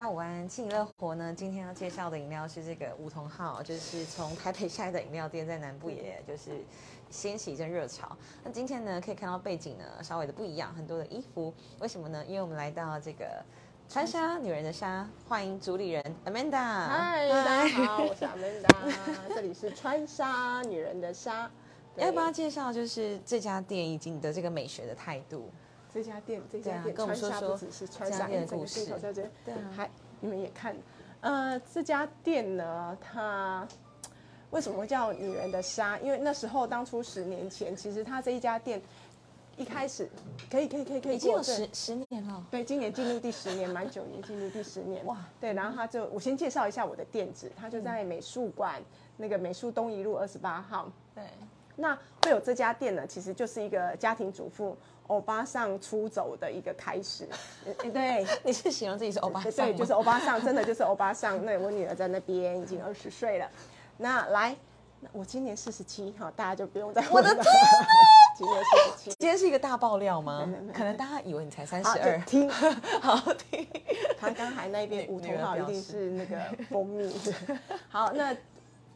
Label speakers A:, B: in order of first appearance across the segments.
A: 那午安，庆乐活呢，今天要介绍的饮料是这个梧桐号，就是从台北下来的饮料店，在南部
B: 嗯
A: 也就是掀起一阵热潮。那今天呢，可以看到背景呢稍微的不一样，很多的衣服，为什么呢？因为我们来到这个穿纱女人的纱，欢迎主理人 Amanda。
B: 嗯嗨，大家好，我 是 Amanda，这里是穿纱女人的纱。对
A: 要不要介绍就是这家店以及你的这个美学的态度？
B: 这家店，这
A: 对啊
B: 家店
A: 跟我们说
B: 穿纱
A: 说
B: 不只是穿
A: 这家
B: 纱，
A: 店的
B: 哎整
A: 故
B: 个
A: 事
B: 镜头在这边，
A: 对啊
B: 还你们也看，呃，这家店呢，它为什么会叫女人的纱？因为那时候当初十年前，其实它这一家店一开始可以可以可以可以
A: 已经有
B: 过对
A: 十十年了，
B: 对，今年进入第十年，满九年进入第十年。
A: 哇
B: 哇，对，然后他就我先介绍一下我的店址，它就在美术馆、那个美术东一路二十八号。
A: 对，
B: 那会有这家店呢，其实就是一个家庭主妇欧巴上出走的一个开始。 呃呃对，
A: 你是形容自己是欧巴桑
B: 对，
A: 吗？
B: 就是欧巴桑，真的就是欧巴桑。那我女儿在那边已经二十岁了，那来，那我今年四十七，哈，大家就不用再
A: 我
B: 问
A: 的
B: 了。
A: 天
B: 今年四十七。
A: 今天是一个大爆料吗
B: 没没？啊没
A: 可能大家以为你才三
B: 好，
A: 十
B: 就
A: 二，
B: 听
A: 好听。
B: 他刚才那边
A: 女
B: 梧
A: 女
B: 桐
A: 儿
B: 号一
A: 表
B: 定
A: 示
B: 是那个蜂蜜。 好，那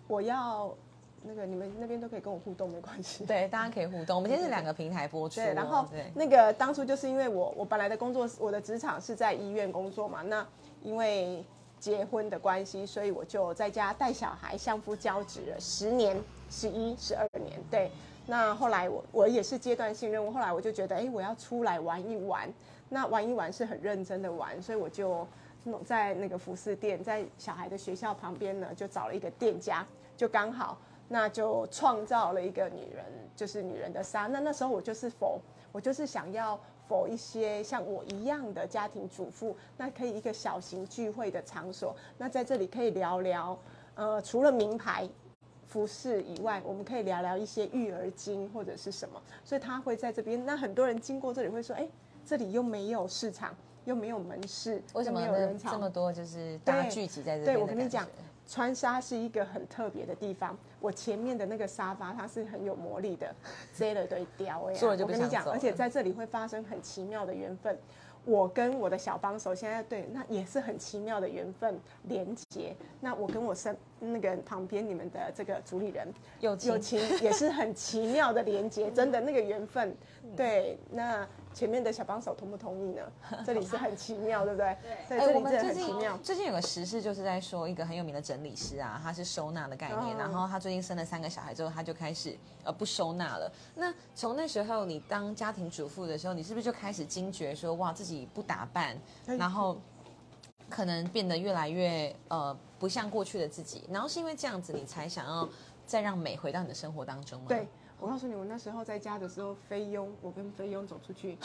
B: 我要那个你们那边都可以跟我互动，没关系。
A: 对，大家可以互动。我们今天是两个平台播出哦，
B: 对，然后
A: 对
B: 那个当初就是因为我我本来的工作是我的职场是在医院工作嘛，那因为结婚的关系，所以我就在家带小孩，相夫教子了十年、十一、十二年。对，那后来我我也是阶段性任务，后来我就觉得，哎，我要出来玩一玩。那玩一玩是很认真的玩，所以我就弄在那个服饰店，在小孩的学校旁边呢，就找了一个店家，就刚好那就创造了一个女人，就是女人的纱。那那时候我就是否，我就是想要否一些像我一样的家庭主妇，那可以一个小型聚会的场所。那在这里可以聊聊，呃，除了名牌。服饰以外，我们可以聊聊一些育儿经或者是什么，所以他会在这边。那很多人经过这里会说：“哎、这里又没有市场，又没有门市，
A: 为什么
B: 又没有
A: 呢
B: 人？潮
A: 这么多就是大家聚集在这边？
B: 对我跟你讲，川沙是一个很特别的地方。我前面的那个沙发它是很有魔力的，摘了对雕哎、
A: 坐了就
B: 我
A: 不
B: 跟你
A: 想
B: 讲，
A: 走了
B: 而且在这里会发生很奇妙的缘分。我跟我的小帮手现在对，那也是很奇妙的缘分连结。那我跟我身那个旁边你们的这个主理人
A: 友
B: 友
A: 情
B: 情也是很奇妙的连接，真的那个缘分。对，那前面的小帮手同不同意 呢？这里是很奇妙，对不对？对，
A: 哎，
B: 这
A: 我
B: 里
A: 们
B: 真的
A: 最
B: 很奇妙
A: 近。最近有个时事，就是在说一个很有名的整理师啊，他是收纳的概念，
B: 哦
A: 然后他最近生了三个小孩之后，他就开始呃不收纳了。那从那时候你当家庭主妇的时候，你是不是就开始惊觉说，哇，自己不打扮，
B: 哎
A: 然后可能变得越来越呃不像过去的自己？然后是因为这样子，你才想要再让美回到你的生活当中吗？
B: 对，，我告诉你，我那时候在家的时候，菲佣，我跟菲佣走 出去，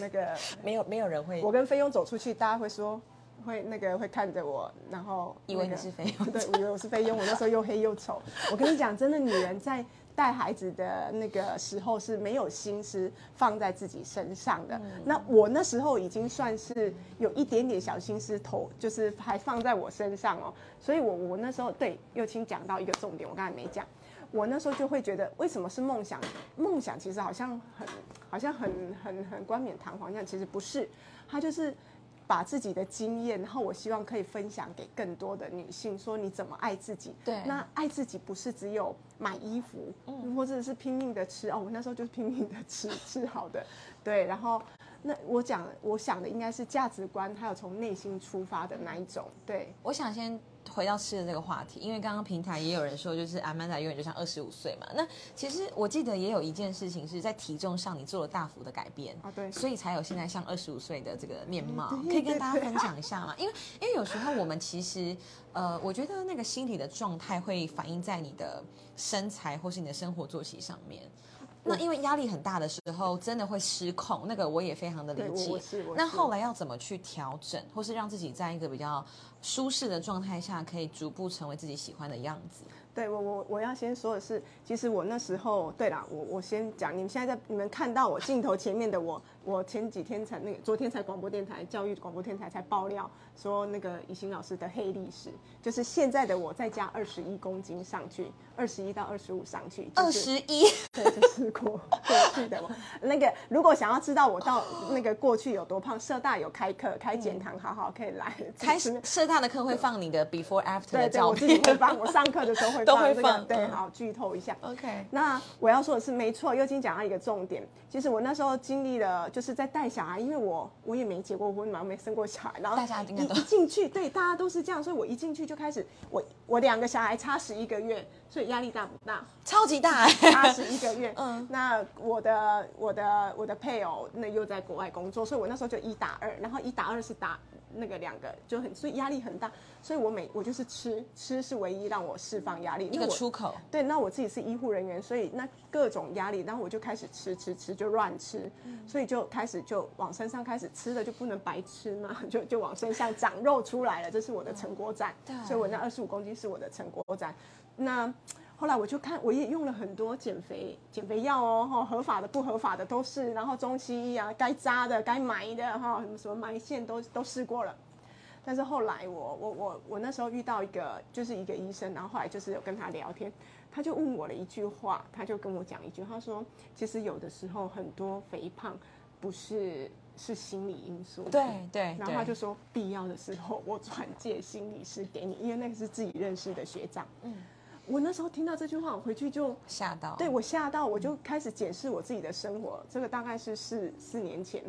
B: 那个
A: 没有没有人会
B: 我跟菲佣走出去，大家会说，会那个会看着我，然后、
A: 以为你是菲佣
B: 佣， 对，我以为我是菲佣，我那时候又黑又丑。我跟你讲，真的，女人在带孩子的那个时候是没有心思放在自己身上的。
A: 嗯
B: 那我那时候已经算是有一点点小心思投，就是还放在我身上哦。所以我我那时候对又青讲到一个重点，我刚才没讲。我那时候就会觉得，为什么是梦想？梦想其实好像很，好像很很很冠冕堂皇一样，其实不是，它就是把自己的经验，然后我希望可以分享给更多的女性，说你怎么爱自己。
A: 对
B: 那爱自己不是只有买衣服，或者是拼命的吃哦。我那时候就是拼命的吃，吃好的，对。然后那我讲，我想的应该是价值观，还有从内心出发的那一种，对。
A: 我想先回到吃的这个话题，因为刚刚平台也有人说，就是阿曼达永远就像二十五岁嘛。那其实我记得也有一件事情是在体重上你做了大幅的改变
B: 啊对
A: 所以才有现在像二十五岁的这个面貌，
B: 对
A: 可以跟
B: 对
A: 大家分享一下吗？因为因为有时候我们其实呃，我觉得那个心理的状态会反映在你的身材或是你的生活作息上面。那因为压力很大的时候，真的会失控，那个我也非常的理
B: 对我
A: 解。
B: 我是我
A: 那
B: 是
A: 后来要怎么去调整，或是让自己在一个比较舒适的状态下，可以逐步成为自己喜欢的样子？
B: 对我我我要先说的是，其实我那时候对啦，我我先讲，你们现在在你们看到我镜头前面的我，我前几天才那个，昨天才广播电台教育广播电台才爆料说，那个以欣老师的黑历史，就是现在的我再加二十一公斤上去，二十一到二十五上去，就是
A: 二十一，
B: 对，就是过过去的我。那个如果想要知道我到那个过去有多胖，社大有开课开减糖，好好可以来
A: 开
B: 始。
A: 始社大的课会放你的 before after
B: 对
A: 的
B: 对，
A: 照
B: 我自己
A: 片
B: 会放，我上课的时候会
A: 都会
B: 这个
A: 放
B: 对，
A: 嗯
B: 好剧透一下。
A: ，OK，
B: 那我要说的是，没错，又金讲到一个重点。其实我那时候经历了，就是在带小孩，因为我我也没结过婚嘛，我没生过小孩，然后
A: 带小孩应该
B: 一
A: 都
B: 一进去，对，大家都是这样，所以我一进去就开始，我我两个小孩差十一个月，所以压力大不 大？
A: 超级大、
B: 差
A: 欸，
B: 十一个月。
A: 嗯
B: 嗯，那我的我的我的配偶那又在国外工作，所以我那时候就一打二，然后一打二是打那个两个就很，所以压力很大。所以我每我就是吃吃是唯一让我释放压力，
A: 一
B: 因为
A: 个
B: 我
A: 出口，
B: 对，那我自己是医护人员，所以那各种压力，然后我就开始吃吃吃，就乱吃，所以就开始就往身上开始吃的，就不能白吃嘛， 就就往身上长肉出来了，这是我的成果展，
A: 对
B: 所以我那二十五公斤是我的成果展。那后来我就看，我也用了很多减肥减肥药哦，哈，合法的、不合法的都是，然后中西医啊，该扎的、该埋的哈，什么什么埋线都都试过了。但是后来我我我我那时候遇到一个就是一个医生，然后后来就是有跟他聊天，他就问我了一句话，他就跟我讲一句，他说其实有的时候很多肥胖不是是心理因素，
A: 对对
B: 然后他就
A: 对，
B: 说，必要的时候我转介心理师给你，因为那个是自己认识的学长。嗯，我那时候听到这句话，我回去就
A: 吓到，
B: 对我吓到，我就开始检视我自己的生活。这个大概是四四年前，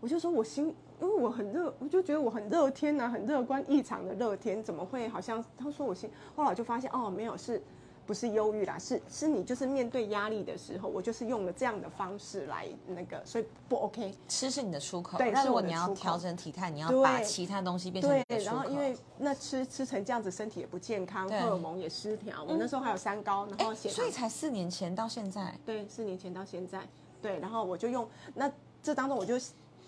B: 我就说我心，因为我很热，我就觉得我很乐天呐、很乐观，异常的乐天，怎么会好像他说我心？后来我就发现哦，没有是。不是忧郁啦，是是你就是面对压力的时候，我就是用了这样的方式来那个，所以不 OK。
A: 吃是你的出口，
B: 对
A: 那
B: 是
A: 如果
B: 我的
A: 你要
B: 出口
A: 调整体态，你要
B: 对
A: 把其他东西变成
B: 对
A: 你，的出
B: 然
A: 口
B: 后，因为那吃吃成这样子，身体也不健康，
A: 对
B: 荷尔蒙也失调。我那时候还有三高，然后
A: 哎，
B: 血糖
A: 所以才四年前到现在，
B: 对，四年前到现在，对，然后我就用那这当中我就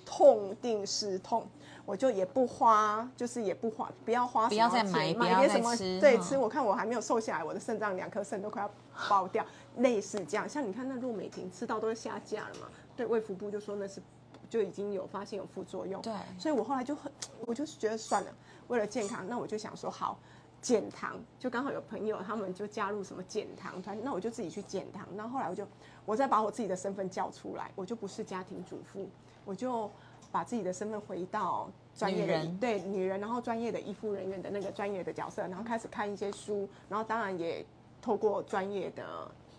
B: 痛定思痛，我就也不花，就是也不花，不要花
A: 不
B: 什
A: 要
B: 么
A: 再
B: 钱
A: 买
B: 买
A: 不要
B: 点
A: 再
B: 什么，
A: 吃
B: 对，
A: 哈
B: 吃我看我还没有瘦下来，我的肾脏两颗肾都快要爆掉，类似这样。像你看那洛美婷吃到都是下架了嘛，对，卫福部就说那是就已经有发现有副作用，
A: 对
B: 所以我后来就很，我就是觉得算了，为了健康，那我就想说好。减糖，就刚好有朋友他们就加入什么减糖团，那我就自己去减糖。然后后来我就，我再把我自己的身份叫出来，我就不是家庭主妇，我就把自己的身份回到专业
A: 女
B: 的
A: 人
B: 对女人，然后专业的医护人员的那个专业的角色，然后开始看一些书，然后当然也透过专业的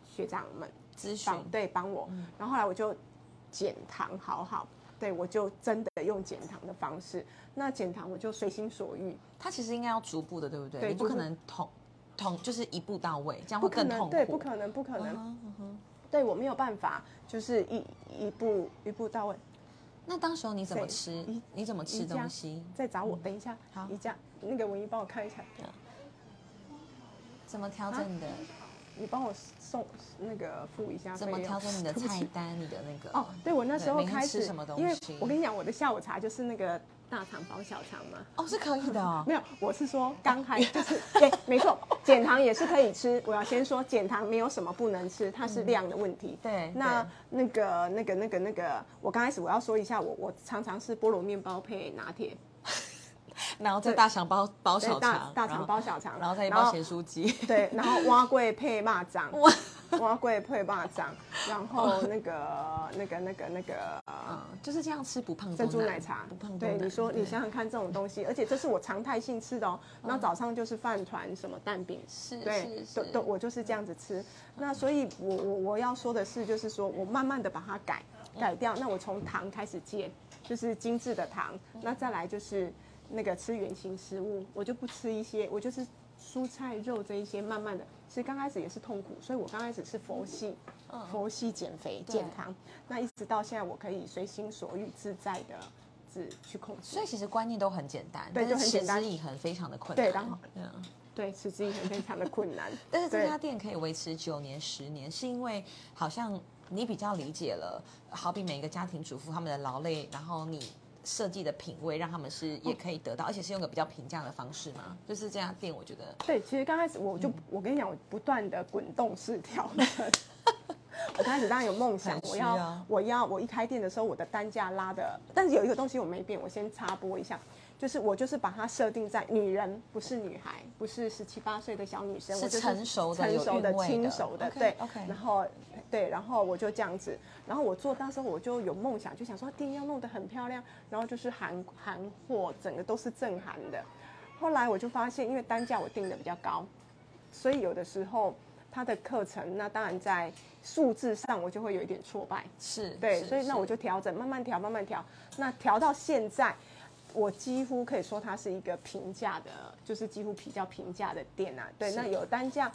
B: 学长们
A: 咨询
B: 帮对帮我，
A: 嗯
B: 然后后来我就减糖好好，对我就真的用减糖的方式，那减糖我就随心所欲，
A: 它其实应该要逐步的，对不对？
B: 对
A: 你不可
B: 逐步
A: 能同同就是一步到位，这样
B: 不
A: 会
B: 可
A: 更
B: 能
A: 痛苦。
B: 对，不可能不可能，
A: 嗯嗯哼
B: 对我没有办法，就是一一步一步到位。
A: 那当时候你怎么
B: 对
A: 吃
B: 宜？
A: 你怎么吃
B: 宜家
A: 东西？
B: 再找我，等一下，
A: 嗯好
B: 宜家那个文怡帮我看一下，
A: 怎么
B: 啊
A: 调整你的？
B: 你帮我送那个付一下费
A: 怎么
B: 用。
A: 调整你的
B: 对不起
A: 菜单？你的那个
B: 哦，对我那时候
A: 每天
B: 开
A: 吃
B: 始，
A: 什么东
B: 因为
A: 西
B: 我跟你讲，我的下午茶就是那个大肠包小肠嘛。
A: 哦是可以的哦。
B: 没有，我是说刚 开就是对，没错，减糖也是可以吃。我要先说减糖没有什么不能吃，它是量的问题。
A: 对
B: 那
A: 对
B: 那个那个那个那个，我刚开始我要说一下，我我常常是菠萝面包配拿铁，
A: 然后再大肠包包
B: 对
A: 小
B: 大
A: 肠，
B: 大
A: 然
B: 肠
A: 后
B: 包小肠，
A: 然后再一包咸酥鸡。
B: 对，然后蛙桂配蚂蚱，
A: 哇，哦
B: 蛙桂配蚂蚱，然后那个那个那个那个
A: 嗯，就是这样吃不胖
B: 珍
A: 都
B: 珠
A: 难
B: 奶茶
A: 不胖，都
B: 对
A: 难
B: 你说，你
A: 对
B: 想想看这种东西，而且这是我常态性吃的哦。然后早上就是饭团、什么蛋饼，
A: 是
B: 对，
A: 是
B: 都
A: 是
B: 都我就是这样子吃。那所以我，我我要说的是，就是说我慢慢的把它改改掉。那我从糖开始戒，就是精致的糖。那再来就是那个吃原形食物，我就不吃一些，我就是蔬菜肉这一些，慢慢的。其实刚开始也是痛苦，所以我刚开始是佛系，佛系减肥
A: 嗯对
B: 减糖。那一直到现在，我可以随心所欲、自在的自去控制。
A: 所以其实观念都很简单，
B: 对
A: 但
B: 就很
A: 是
B: 简
A: 持
B: 单
A: 之以恒非常的困难。
B: 对然后
A: 嗯
B: 对，持之以恒非常的困难。
A: 但是这
B: 对
A: 家店可以维持九年、十年，是因为好像你比较理解了，好比每个家庭主妇他们的劳累，然后你设计的品味让他们是
B: 哦
A: 也可以得到，而且是用个比较平价的方式嘛。就是这家店，我觉得嗯
B: 对，其实刚开始我就、我跟你讲，我不断的滚动式调整，我开始当然有梦想
A: 很，
B: 我
A: 需
B: 要
A: 要
B: 我要我一开店的时候，我的单价拉的，但是有一个东西我没变，我先插播一下，就是我就是把它设定在女人，不是女孩，不是十七八岁的小女生，
A: 是
B: 我就是
A: 成熟的
B: 成
A: 有
B: 熟的、
A: 韵味的
B: 轻熟的，
A: OK，
B: 对
A: OK
B: 然后对，然后我就这样子，然后我做，当时候我就有梦想，就想说店要弄得很漂亮，然后就是韩韩货，整个都是正韩的。后来我就发现，因为单价我定的比较高，所以有的时候它的课程，那当然在数字上我就会有一点挫败。
A: 是
B: 对，
A: 是
B: 所以那
A: 是
B: 我就调整，慢慢调，慢慢调。那调到现在，我几乎可以说它是一个平价的，就是几乎比较平价的店啊。对，
A: 是
B: 那有单价，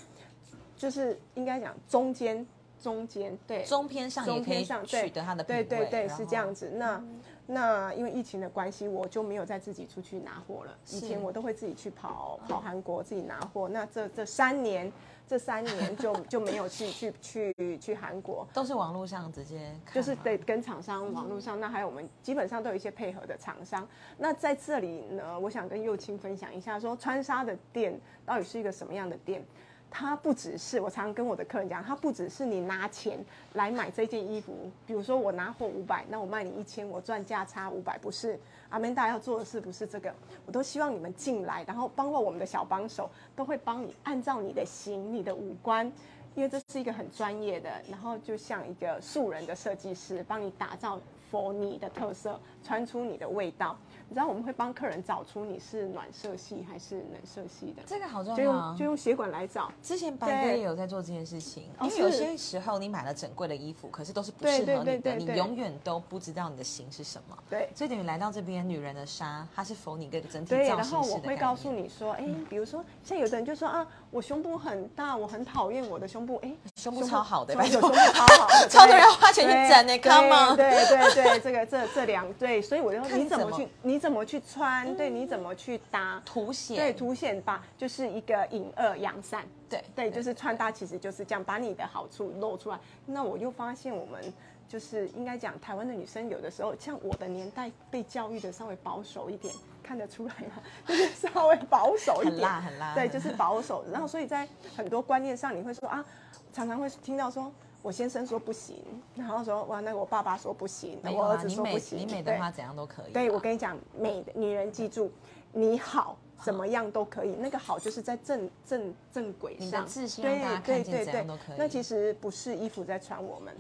B: 就是应该讲中间，中间对。
A: 中偏上也
B: 中
A: 可以
B: 偏上对
A: 取得它的品
B: 对
A: 味，
B: 对对，
A: 然
B: 是
A: 后嗯
B: 这样子。那那因为疫情的关系，我就没有再自己出去拿货了。以前我都会自己去跑跑韩国自己拿货。那这这三年，这三年就就没有去去去去韩国。
A: 都是网络上直接看嘛，
B: 就是对跟厂商、网络上，那还有我们基本上都有一些配合的厂商。那在这里呢，我想跟右青分享一下说川沙的店到底是一个什么样的店。它不只是我常跟我的客人讲，它不只是你拿钱来买这件衣服，比如说我拿货五百，那我卖你一千，我赚价差五百，不是阿曼达要做的事不是这个，我都希望你们进来，然后包括我们的小帮手都会帮你按照你的型、你的五官，因为这是一个很专业的，然后就像一个素人的设计师，帮你打造 for 你的特色，穿出你的味道。你知道我们会帮客人找出你是暖色系还是冷色系的，
A: 这个好重
B: 就
A: 要
B: 用
A: 啊
B: 就。用血管来找。
A: 之前白哥
B: 对
A: 也有在做这件事情，
B: 哦
A: 因为有
B: 是
A: 些时候你买了整柜的衣服，可是都是不
B: 对
A: 适
B: 对
A: 合
B: 对
A: 你的，
B: 对
A: 你
B: 对
A: 永远都不知道你的型是什么。
B: 对，
A: 所以等于来到这边，女人的纱它是否你的整体
B: 对，
A: 造
B: 然后
A: 型
B: 我
A: 师的
B: 会
A: 概
B: 告诉
A: 念。嗯
B: 你说，哎，比如说，像有的人就说啊，我胸部很大，我很讨厌我的胸部，哎，
A: 胸部超好的
B: 胸部
A: 拜
B: 胸
A: 托
B: 部超好的，
A: 超多
B: 对
A: 人花钱去
B: 对
A: 整欸
B: 对
A: come on
B: 对对对，这个这这两对，所以我就说
A: 看
B: 你怎么
A: 怎么嗯
B: 去，你怎么去穿，对，你怎么去搭，
A: 凸显
B: 对，凸显吧，就是一个隐恶扬善。
A: 对
B: 对，就是穿搭其实就是这样，把你的好处露出来。那我又发现我们就是应该讲台湾的女生，有的时候像我的年代被教育的稍微保守一点，看得出来吗？就是 稍微保守一点，
A: 很辣很辣
B: 对，就是保守。然后所以在很多观念上，你会说啊，常常会听到说。我先生说不行，然后说哇，那个我爸爸说不行，
A: 没有
B: 我儿
A: 啊，
B: 子
A: 你
B: 说不
A: 美
B: 行。
A: 你美
B: 对
A: 的话怎样都可以啊。
B: 对，我跟你讲，美的女人记住，你好怎么样都可以，那个好就是在正正正轨
A: 你的
B: 上，
A: 自信让大家
B: 对对
A: 看见
B: 对
A: 怎
B: 对
A: 样都可以
B: 那其实不是衣服在穿我们，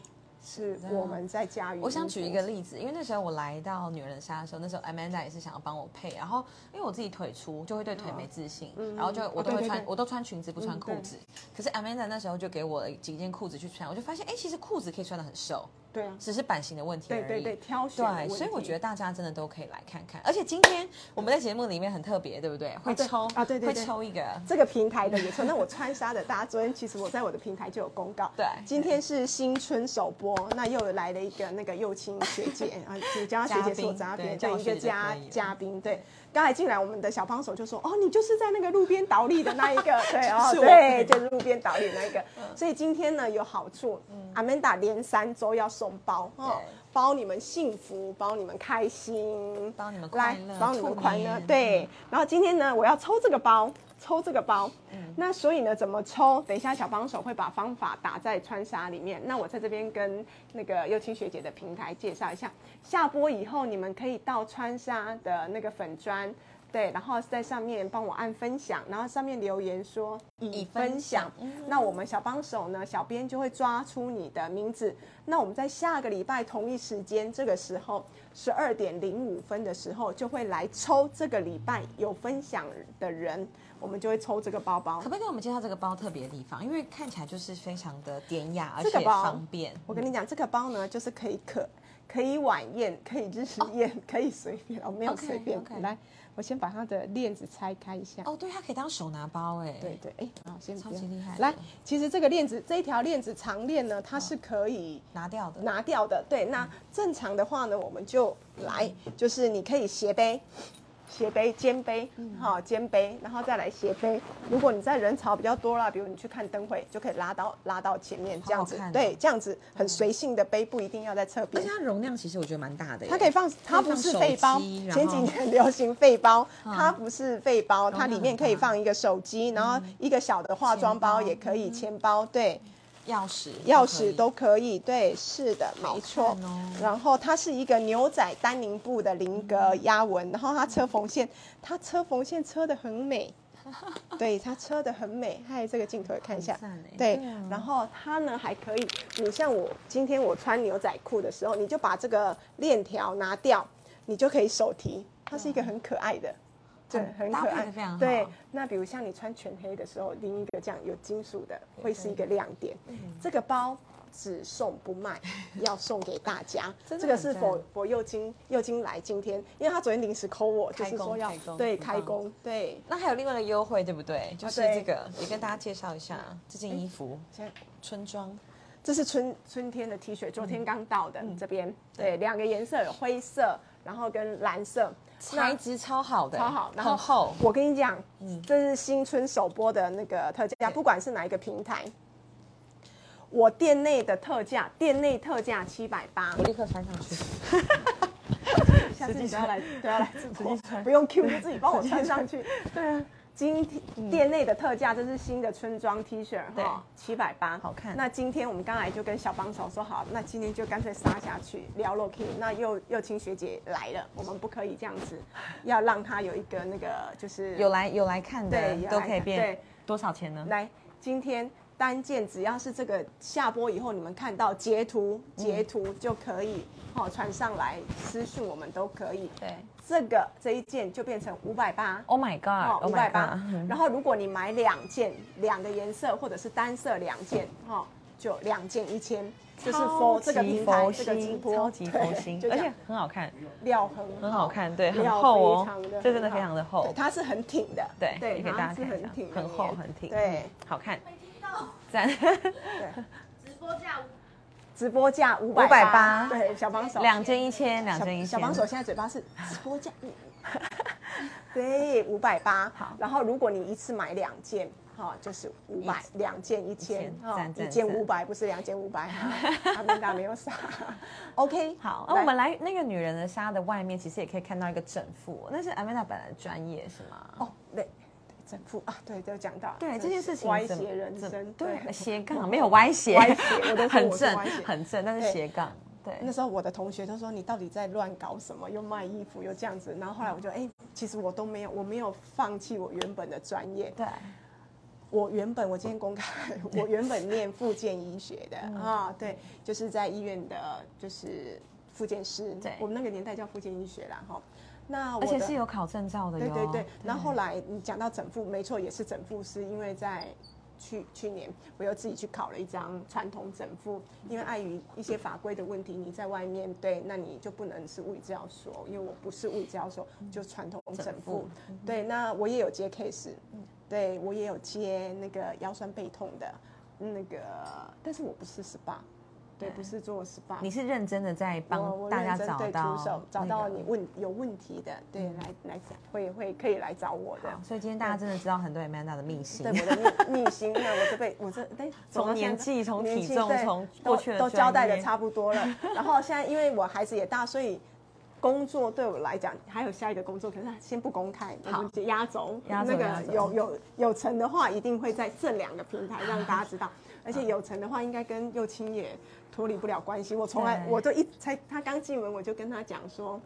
B: 是
A: 的
B: 我们在驾驭。
A: 我想举一个，例子，因为那时候我来到女人沙的时候，那时候 Amanda 也是想要帮我配，然后因为我自己腿粗，就会对腿没自信，然后就
B: 哦
A: 我都会
B: 对对
A: 穿，
B: 对嗯
A: 我都穿裙子不穿裤
B: 对
A: 子。可是 Amanda 那时候就给我了几件裤子去穿，我就发现，哎，其实裤子可以穿的很瘦，
B: 对啊，
A: 只是版型的问题而
B: 对
A: 已。
B: 对对，挑选的
A: 对，
B: 问
A: 所以我
B: 题
A: 觉得大家真的都可以来看看。而且今天我们在节目里面很特别，对不对？会
B: 对
A: 抽
B: 啊对对对
A: 会抽一个。
B: 这个平台的也错。那我穿纱的，大家昨天其实我在我的平台就有公告。
A: 对
B: 今天是新春首播，那又来了一个那个幼青学 姐啊，你叫她学姐是我
A: 嘉
B: 嘉
A: 宾
B: 宾，
A: 对叫
B: 对，
A: 我
B: 一个
A: 学姐
B: 嘉
A: 可以了
B: 嘉宾，对。刚才进来我们的小帮手就说：“哦，你就是在那个路边倒立的那一个，对 哦，
A: 就是我嗯
B: 对，就是路边倒立的那一个。”所以今天呢有好处，阿曼达连三周要送包哦
A: 对，
B: 包你们幸福，包你们开心，
A: 包你们
B: 来
A: 快乐
B: 包你们
A: 兔
B: 快乐
A: 年，
B: 对。然后今天呢，我要抽这个包，抽这个包。那所以呢，怎么抽？等一下小帮手会把方法打在穿纱里面。那我在这边跟那个幼青学姐的平台介绍一下，下播以后你们可以到穿纱的那个粉砖。对，然后在上面帮我按分享，然后上面留言说已
A: 已
B: 分
A: 分
B: 享
A: 享，
B: 那我们小帮手呢，小编就会抓出你的名字。那我们在下个礼拜同一时间，这个时候十二点零五分的时候，就会来抽这个礼拜有分享的人，我们就会抽这个包包
A: 可。不可以跟我们介绍这个包特别的地方？因为看起来就是非常的典雅，而
B: 这个
A: 且
B: 包
A: 方便。
B: 我跟你讲，这个包呢，就是可以可可以晚宴，可以日宴，可以随便哦，没有
A: OK，
B: 随便。
A: OK
B: 来，我先把它的链子拆开一下。
A: 哦，对，它可以当手拿包哎。
B: 对对，哎，好，先不
A: 超级
B: 用
A: 厉害的哦
B: 来，其实这个链子，这一条链子长链呢，它是可以
A: 拿掉的。
B: 拿掉的。对，那正常的话呢，我们就来，就是你可以斜背。斜背、肩背，
A: 嗯
B: 好、肩背，然后再来斜背。如果你在人潮比较多啦，比如你去看灯会，就可以拉到拉到前面这样子
A: 好好看，哦
B: 对，这样子很随性的背，不一定要在侧
A: 而
B: 边
A: 且。它容量其实我觉得蛮大的耶，
B: 它可以放，它不是废包
A: 可以。放手机然后嗯
B: 前几年流行废包，它不是废包，它里面可以放一个手机，然后一个小的化妆包
A: 嗯钱包
B: 也可以，钱包对。
A: 钥匙可以，
B: 钥匙都可以，对，是的，没错。
A: 看哦
B: 然后它是一个牛仔丹宁布的菱格
A: 嗯
B: 压纹，然后它车缝线，它车缝线车的 很美，对，它车的很美。嗨，这个镜头也看一下
A: 很赞欸，
B: 对
A: 对啊。
B: 然后它呢还可以，你像我今天我穿牛仔裤的时候，你就把这个链条拿掉，你就可以手提，它是一个很可爱的。对，很
A: 搭
B: 可
A: 配
B: 爱
A: 得非常好，
B: 对，那比如像你穿全黑的时候，拎一个这样有金属的，会是一个亮点。
A: 嗯
B: 这个包只送不卖，要送给大家。
A: 真的
B: 这个
A: 很
B: 是
A: 赞
B: 否否右金右金来今天，因为他昨天临时扣我，就
A: 开
B: 是
A: 工
B: 说要
A: 开工
B: 对
A: 很棒
B: 开工 对。
A: 那还有另外的优惠，对不对？就是
B: 啊对
A: 这个，也跟大家介绍一下这件衣服，
B: 现在
A: 春装，
B: 这是春春天的 T 恤，昨
A: 嗯
B: 天刚到的、这边，对，两个颜色有灰色，然后跟蓝色，
A: 材质超好的，欸
B: 超好，然后
A: 很厚，
B: 我跟你讲，这是新春首播的那个特价，
A: 对
B: 不管是哪一个平台，我店内的特价，店内特价七百八
A: 我，立刻穿上去。
B: 下次
A: 实际
B: 你都要
A: 穿
B: 来，都要来直播
A: 际穿，
B: 不用 Q，就自己帮我穿 上去。对啊。今天店内的特价，这是新的春装 T 恤
A: 对
B: 哈，七百八，
A: 好看
B: 那今天我们刚才就跟小帮手说好，那今天就干脆杀下去聊 Loki。那又又青学姐来了，我们不可以这样子，要让她有一个那个就是
A: 有来有来看
B: 对
A: 的
B: 有来
A: 都可以
B: 看
A: 变
B: 对
A: 多少钱呢？
B: 来，今天单件只要是这个下播以后，你们看到截图
A: 嗯
B: 截图就可以，好、传上来私讯我们都可以。
A: 对
B: 这个这一件就变成五百八。
A: ，Oh my
B: 哦，
A: God，Oh
B: 五
A: my
B: 百八
A: God，。
B: 然后如果你买两件，两个颜色或者是单色两件，哈、哦，就两件一千，这是 for 这个平台
A: 超
B: 这个直
A: 级
B: 播，
A: 超级
B: 对
A: 佛心
B: 就，这
A: 而
B: 样
A: 且很好看，
B: 料很
A: 很好看对很
B: 料
A: 厚哦
B: 非常
A: 这真的非常的厚
B: 对它是很挺的，
A: 对，也给
B: 它
A: 大家
B: 是
A: 看一
B: 很
A: 下
B: 挺，的
A: 很厚
B: 棉
A: 很挺，
B: 对
A: 嗯，好看，
C: 没听到，
A: 赞，
C: 直播价
B: 直播价五
A: 580
B: 对，小帮手，
A: 两件一千，两
B: 小
A: 件一千，
B: 小帮手现在嘴巴是直播 价，嗯对，五百八。
A: 好
B: 然后如果你一次买两件，哈，就是五百，两件一千
A: 千，
B: 哈
A: 赞，赞
B: 一件
A: 赞
B: 五百，不是两件五 百，哈阿明达没有傻。OK，
A: 好，那我们来那个女人的纱的外面，其实也可以看到一个整副哦，那是 Amanda 本来的专业是吗？
B: 哦，对，对整副啊，对，都讲到了
A: 对
B: 真
A: 这件
B: 是
A: 事情
B: 歪
A: 怎么
B: 斜人
A: 怎
B: 生，
A: 对斜 杠没有歪斜，
B: 歪斜我都说
A: 很
B: 我是
A: 正
B: 歪斜
A: 很正，但是
B: 对
A: 斜杠对，
B: 那时候我的同学都说你到底在乱搞什么，又卖衣服又这样子，然后后来我就哎、其实我都没有，我没有放弃我原本的专业。
A: 对
B: 我原本我今天公开， 我原本念复健医学的
A: 嗯
B: 啊、对，就是在医院的，就是复健师，
A: 对
B: 我们那个年代叫复健医学啦哈。那我
A: 而
B: 的
A: 且是有考证照的
B: 对
A: 哟，
B: 对对，然后后来你讲到整复，没错，也是整复师，因为在去去年我又自己去考了一张传统整复，因为碍于一些法规的问题，你在外面对，那你就不能是物理治疗所，因为我不是物理治疗所，就传统嗯整
A: 整
B: 复嗯
A: 复。
B: 对，那我也有接 case，对我也有接那个腰酸背痛的，嗯那个，但是我不是 SPA，对，不是做 SPA，
A: 你是认真的在
B: 我
A: 帮
B: 我
A: 大家
B: 认真
A: 找
B: 对
A: 到
B: 徒手找
A: 那
B: 到
A: 个嗯
B: 你问有问题的，对，来来找会会可以来找我的。
A: 所以今天大家真的知道很多 Amanda 的秘辛
B: 对。我的秘秘辛，那我这辈我这哎，走到
A: 从年
B: 现在
A: 纪从
B: 年
A: 体
B: 纪
A: 重
B: 对
A: 从
B: 都
A: 过去的
B: 都
A: 专
B: 交代的
A: 业
B: 差不多了。然后现在因为我孩子也大，所以工作对我来讲还有下一个工作，可是先不公开，我们压轴。
A: 压轴
B: 那
A: 压
B: 个
A: 轴
B: 有有有成的话，一定会在这两个平台让 大家知道。而且有成的话，应该跟幼青也脱离不了关系。我从来
A: 对
B: 我都一才他刚进门，我就跟他讲说。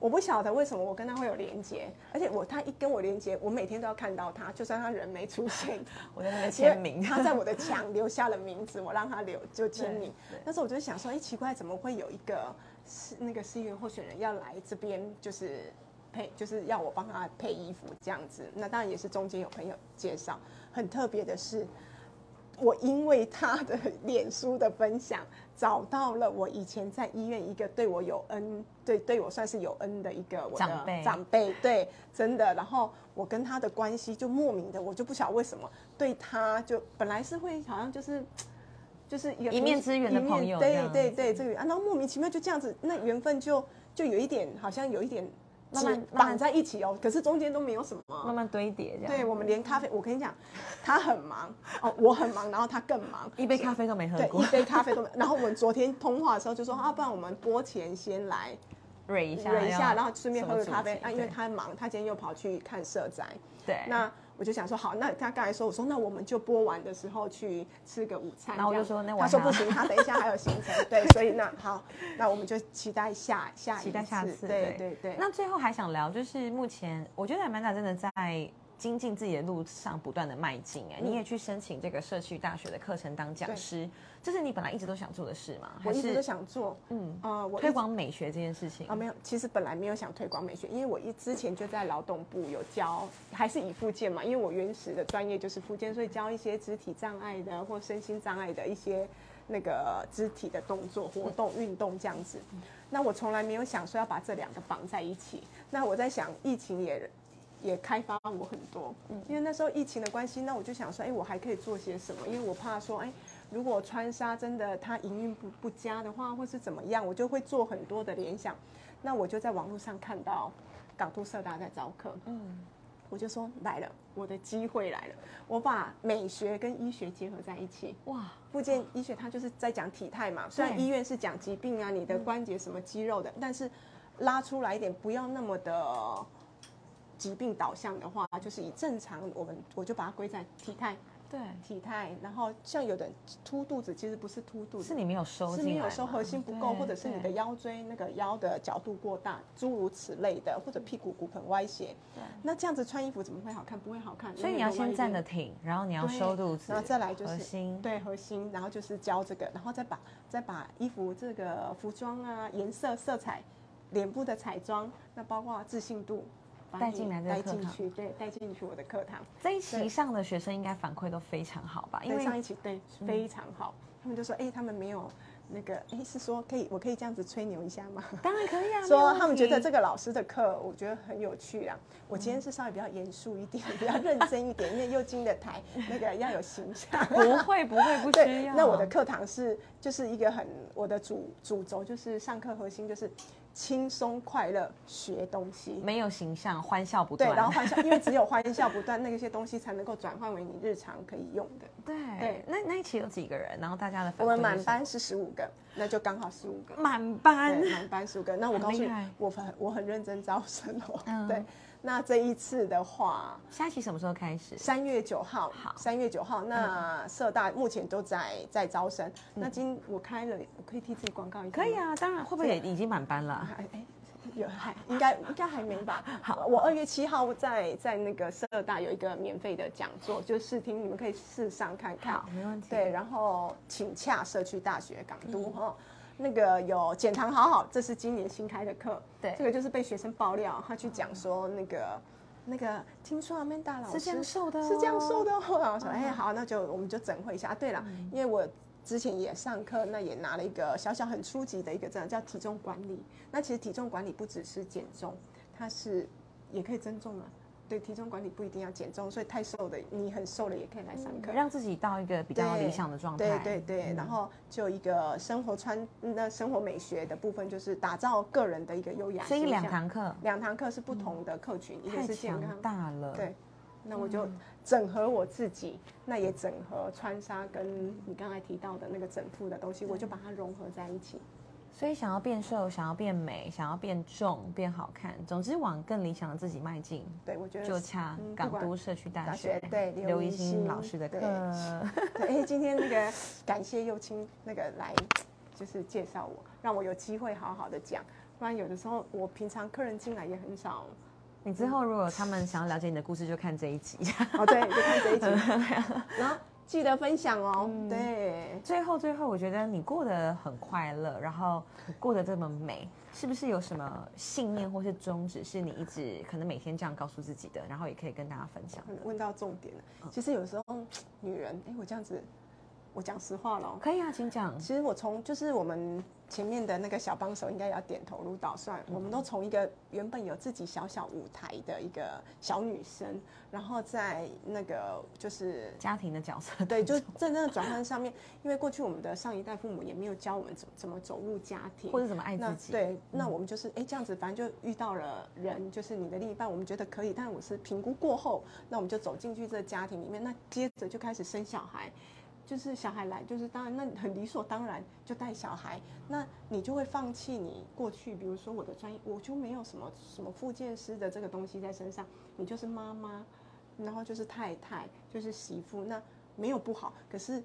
B: 我不晓得为什么我跟他会有连接，而且我他一跟我连接，我每天都要看到他，就算他人没出现，
A: 我在那边
B: 因为
A: 签名，
B: 他在我 的墙留下了名字，我让他留就签名
A: 对对。
B: 那时候我就想说，哎、奇怪，怎么会有一个是那个市议员候选人要来这边，就是配，就是要我帮他配衣服这样子？那当然也是中间有朋友介绍。很特别的是，我因为他的脸书的分享，找到了我以前在医院一个对我有恩，对对我算是有恩的一个我的
A: 长辈
B: 长辈，对，真的。然后我跟他的关系就莫名的，我就不晓得为什么对他就本来是会好像就是。就是一个
A: 一面之缘的
B: 一面
A: 朋友这
B: 对
A: 样
B: 对对，这个缘啊，然后莫名其妙就这样子，那缘分就就有一点，好像有一点
A: 慢慢
B: 只
A: 慢慢
B: 绑在一起哦，可是中间都没有什么，
A: 慢慢堆叠这样。
B: 对，我们连咖啡，我跟你讲，他 很忙哦，我很忙，然后他更忙，
A: 一杯咖啡都没喝
B: 对，
A: 过
B: 一。杯咖啡都没有。然后我们昨天通话的时候就说啊，不然我们播前先来
A: 蕊一下，
B: 忍一下，
A: 要
B: 然后顺便
A: 什么
B: 喝个
A: 主
B: 咖啡
A: 题
B: 啊，因为
A: 对
B: 他忙，他今天又跑去看社宅。
A: 对，
B: 那我就想说，好，那他刚才说，我说那我们就播完的时候去吃个午餐。
A: 然后我就
B: 这
A: 说
B: 样
A: 那我
B: 他说
A: 还
B: 不
A: 要
B: 行，他等一下还有行程。 对，所以那好，那我们就期待下下一
A: 期待下次。
B: 次。对对对。
A: 那最后还想聊，就是目前我觉得 Amanda 真的在精进自己的路上不断的迈进。
B: 嗯
A: 哎、你也去申请这个社区大学的课程当讲师，这是你本来一直都想做的事吗？
B: 我
A: 还
B: 一直都
A: 是
B: 想做，嗯，呃，我一
A: 推
B: 直
A: 广美学这件事情？
B: 啊，没有，其实本来没有想推广美学，因为我一之前就在劳动部有教，还是以附件嘛，因为我原始的专业就是附件，所以教一些肢体障碍的或身心障碍的一些那个肢体的动作、活动、运动这样子。那我从来没有想说要把这两个绑在一起。那我在想，疫情也也开发我很多，因为那时候疫情的关系，那我就想说，哎，我还可以做些什么？因为我怕说，哎，如果穿纱真的它营运不不佳的话，或是怎么样，我就会做很多的联想。那我就在网络上看到港都社大在招课，嗯，我就说来了，我的机会来了，我把美学跟医学结合在一起，
A: 哇，
B: 复健医学它就是在讲体态嘛，虽然
A: 对嗯
B: 医院是讲疾病啊，你的关节什么肌肉的，但是拉出来一点，不要那么的疾病导向的话，就是以正常我们我就把它归在体态。
A: 对，
B: 体态，然后像有的人凸肚子，其实不是凸肚子，
A: 是你没有收
B: 是
A: 进来吗，
B: 你有时候核心不够，
A: 对
B: 或者是你的
A: 对
B: 腰椎那个腰的角度过大，诸如此类的，或者
A: 嗯
B: 屁股骨盆歪斜。那这样子穿衣服怎么会好看？不会好看。
A: 所以你要先站得挺，然后你要
B: 对
A: 收肚子，
B: 然后再来就是
A: 核心，
B: 对核心，然后就是教这个，然后再把再把衣服这个服装啊、颜色、色彩、脸部的彩妆，那包括自信度，把
A: 带
B: 你
A: 进来这个
B: 带
A: 课
B: 进
A: 堂
B: 去，对，带进去我的课堂。
A: 这一期上的学生应该反馈都非常好吧？因
B: 跟上
A: 为嗯
B: 一期对非常好，他们就说哎、他们没有那个哎、是说可以我可以这样子吹牛一下吗？
A: 当然可以啊，没有
B: 说
A: 问
B: 他们觉得
A: 题
B: 这个老师的课，我觉得很有趣啦。我今天是稍微比较严肃一点，比较认真一点，因为又进的台那个要有形象。
A: 不会不会不需
B: 对，
A: 要。
B: 那我的课堂是就是一个很我的主主轴就是上课核心就是轻松快乐学东西。
A: 没啊有形象，欢笑不
B: 对，
A: 断，
B: 然后欢笑，因为只有欢笑不断，那些东西才能够转换为你日常可以用 的。
A: 对
B: 对
A: 那那一期有几个人？然后大家的反
B: 我
A: 馈是什
B: 们满
A: 么
B: 班是十五个，那就刚好十五个。
A: 满班
B: 对，满班数个。那我告诉
A: 很厉
B: 你
A: 害，
B: 我很我很认真招生哦。
A: 嗯
B: 对，那这一次的话，
A: 下一期什么时候开始？
B: 三月九号
A: 好，嗯
B: 三月九号，那社大目前都在在招生。那今我开了，我可以替自己广告一下。
A: 可以。啊，当然，会不会也已经满班了？
B: 哎哎，有还应该应该还没 吧？好，我二月七号在在那个社大有一个免费的讲座，就试听，你们可以试上看看。
A: 好，没问题。
B: 对，，然后请洽社区大学港都
A: 嗯
B: 哈、哦那个有减糖好好，这是今年新开的课，
A: 对哦
B: 这个就是被学生爆料，他去讲说那个。那个听说阿曼达老师
A: 是这样瘦的哦
B: 是这样瘦的哦。 然后我说，哎、好，那就我们就整会一下。啊对了，
A: 嗯
B: 因为我之前也上课，那也拿了一个小小很初级的一个证，叫体重管理。那其实体重管理不只是减重，它是也可以增重啊。对，体重管理不一定要减重，所以太瘦的你很瘦了也可以来上课。
A: 嗯让自己到一个比较
B: 对
A: 理想的状态嗯
B: 对。对对，然后就一个生活穿那生活美学的部分，就是打造个人的一个优雅
A: 所
B: 形象。
A: 以两堂课嗯
B: 两堂课是不同的客群，一个
A: 太
B: 是健
A: 强
B: 康，
A: 大嗯了。
B: 对，那我就整合我自己，那也整合穿纱跟你刚才提到的那个整复的东西，我就把它融合在一起。
A: 所以想要变瘦，想要变美，想要变重、变好看，总之往更理想的自己迈进。
B: 对，我觉得
A: 就洽
B: 嗯不
A: 港
B: 管
A: 都社区大
B: 大
A: 学
B: 学 对刘
A: 刘
B: 一
A: 一
B: 星
A: 新老师的
B: 对
A: 课。
B: 对，哎，今天那个感谢幼青那个来，就是介绍我，让我有机会好好的讲，不然有的时候我平常客人进来也很少。
A: 你之后如果他们想要了解你的故事，就看这一集。
B: 哦，对，就看这一集，然后记得分享哦。对，
A: 最后，最后，我觉得你过得很快乐，然后过得这么美，是不是有什么信念或是宗旨，是你一直可能每天这样告诉自己的，然后也可以跟大家分享？
B: 嗯问到重点了。其实有时候女人，哎，我这样子，我讲实话了。
A: 可以啊，请讲。
B: 其实我从就是我们前面的那个小帮手应该要点头如捣蒜，我们都从一个原本有自己小小舞台的一个小女生，然后在那个就是
A: 家庭的角色，
B: 对，就在那个转换上面，因为过去我们的上一代父母也没有教我们怎么怎么走入家庭，啊
A: 或者怎么爱
B: 那
A: 自己，，嗯
B: 对，那我们就是哎、诶这样子，反正就遇到了人，就是你的另一半，我们觉得可以，但我是评估过后，那我们就走进去这个家庭里面，那接着就开始生小孩。就是小孩来，就是当然那很理所当然就带小孩，那你就会放弃你过去，比如说我的专业，我就没有什么什么复健师的这个东西在身上，你就是妈妈，然后就是太太，就是媳妇，那没有不好，可是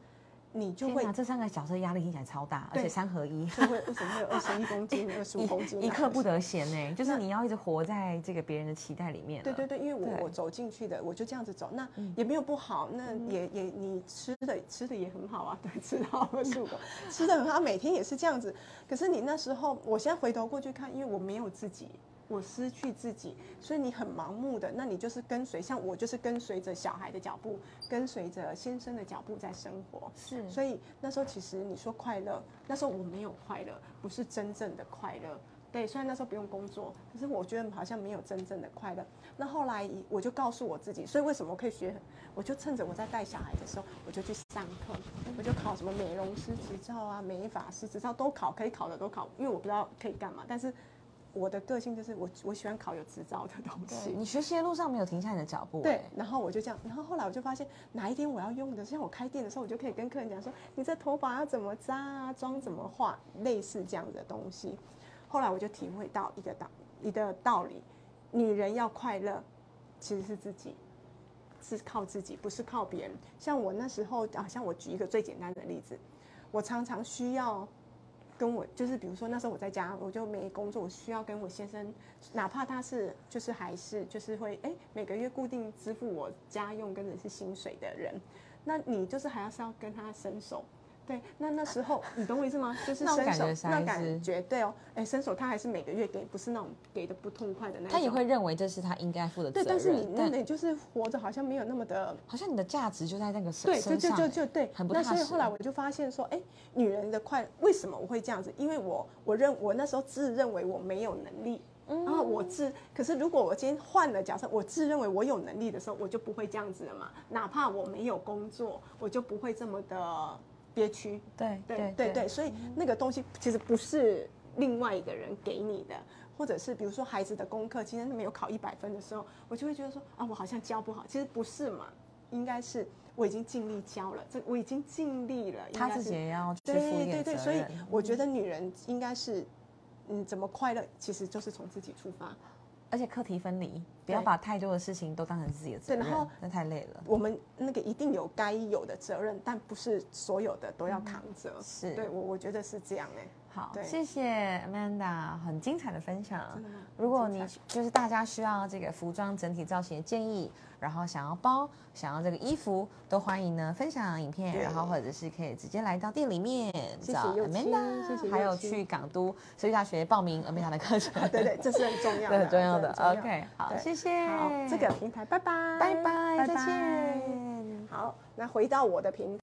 B: 你就会
A: 天哪，这三个角色压力听起来超大，而
B: 对
A: 且三合一。
B: 就会为什么会有二十一公斤、二十五公斤啊，
A: 哎一刻不得闲呢、就是
B: 那
A: 你要一直活在这个别人的期待里面。
B: 对对，对，因为
A: 对嗯
B: 我我走进去的，我就这样子走，那也没有不好，那也也你吃的吃的也很好啊，对，吃到 二十五个，吃的很好，每天也是这样子。可是你那时候，我现在回头过去看，因为我没有自己，我失去自己，所以你很盲目的，那你就是跟随，像我就是跟随着小孩的脚步，跟随着先生的脚步在生活。
A: 是
B: 所以那时候其实你说快乐，那时候我没有快乐，不是真正的快乐。对，虽然那时候不用工作，可是我觉得好像没有真正的快乐。那后来我就告诉我自己，所以为什么我可以学？我就趁着我在带小孩的时候，我就去上课，我就考什么美容师执照啊、美发师执照都考，可以考的都考，因为我不知道可以干嘛。但是我的个性就是我我喜欢考有执照的东西。
A: 你学习的路上没有停下你的脚步、欸
B: 对，，然后我就这样，然后后来我就发现，哪一天我要用的，像我开店的时候，我就可以跟客人讲说，你这头发要怎么扎啊，妆怎么画，类似这样的东西。后来我就体会到一个道一个道理，女人要快乐，其实是自己，是靠自己，不是靠别人。像我那时候，啊，像我举一个最简单的例子，我常常需要跟我就是比如说那时候我在家，我就没工作，我需要跟我先生，哪怕他是就是还是就是会哎每个月固定支付我家用跟人是薪水的人，那你就是还要是要跟他伸手。对，那那时候你懂我意思吗？就是
A: 啊那
B: 伸
A: 种感
B: 手
A: 觉实在
B: 那
A: 是
B: 感觉，对哦，哎，伸手他还是每个月给，不是那种给的不痛快的那种。
A: 他也会认为这是他应该负的责
B: 对，
A: 任。
B: 但是你那
A: 但
B: 你就是活着好像没有那么的
A: 好像你的价值就在那个身
B: 对，就
A: 身
B: 就
A: 上、
B: 就
A: 欸，
B: 就对，
A: 很不
B: 那
A: 踏
B: 所以后
A: 实
B: 来我就发现说，哎，女人的快为什么我会这样子？因为我我认我那时候自认为我没有能力，
A: 嗯
B: 然后我自可是如果我今天换了角色，我自认为我有能力的时候，我就不会这样子了嘛。哪怕我没有工作，我就不会这么的憋屈。
A: 对
B: 对对对，所以那个东西其实不是另外一个人给你的，或者是比如说孩子的功课今天没有考一百分的时候，我就会觉得说啊，我好像教不好，其实不是嘛，应该是我已经尽力教了，这我已经尽力了，应
A: 他
B: 该
A: 自己
B: 是
A: 也要去负一
B: 对
A: 点责
B: 对对，
A: 任。嗯
B: 所以我觉得女人应该是。嗯，怎么快乐？其实就是从自己出发。
A: 而且课题分离，不要
B: 对
A: 把太多的事情都当成自己的责任，
B: 对然后
A: 那太累了。
B: 我们那个一定有该有的责任，但不是所有的都要扛着。
A: 嗯是
B: 对我我觉得是这样哎、
A: 好，
B: 对
A: 谢谢 Amanda，很精彩的分享
B: 真的吗。
A: 如果你
B: 很精
A: 就是大家需要这个服装整体造型的建议，然后想要包、想要这个衣服，都欢迎呢分享影片，
B: 对
A: 然后或者是可以直接来到店里面
B: 谢
A: 找
B: 右青
A: Amanda，
B: 谢谢右
A: 还有
B: 青
A: 去港都社区大学报名 Amanda 的课程，
B: 对对，这是很重 要
A: 这
B: 的，
A: 很重要的
B: 这很。重
A: OK，好，
B: 对
A: 谢谢，
B: 好，这个平台，拜拜，
A: 拜拜，
B: 拜
A: 再
B: 拜。
A: 见。
B: 好，那回到我的平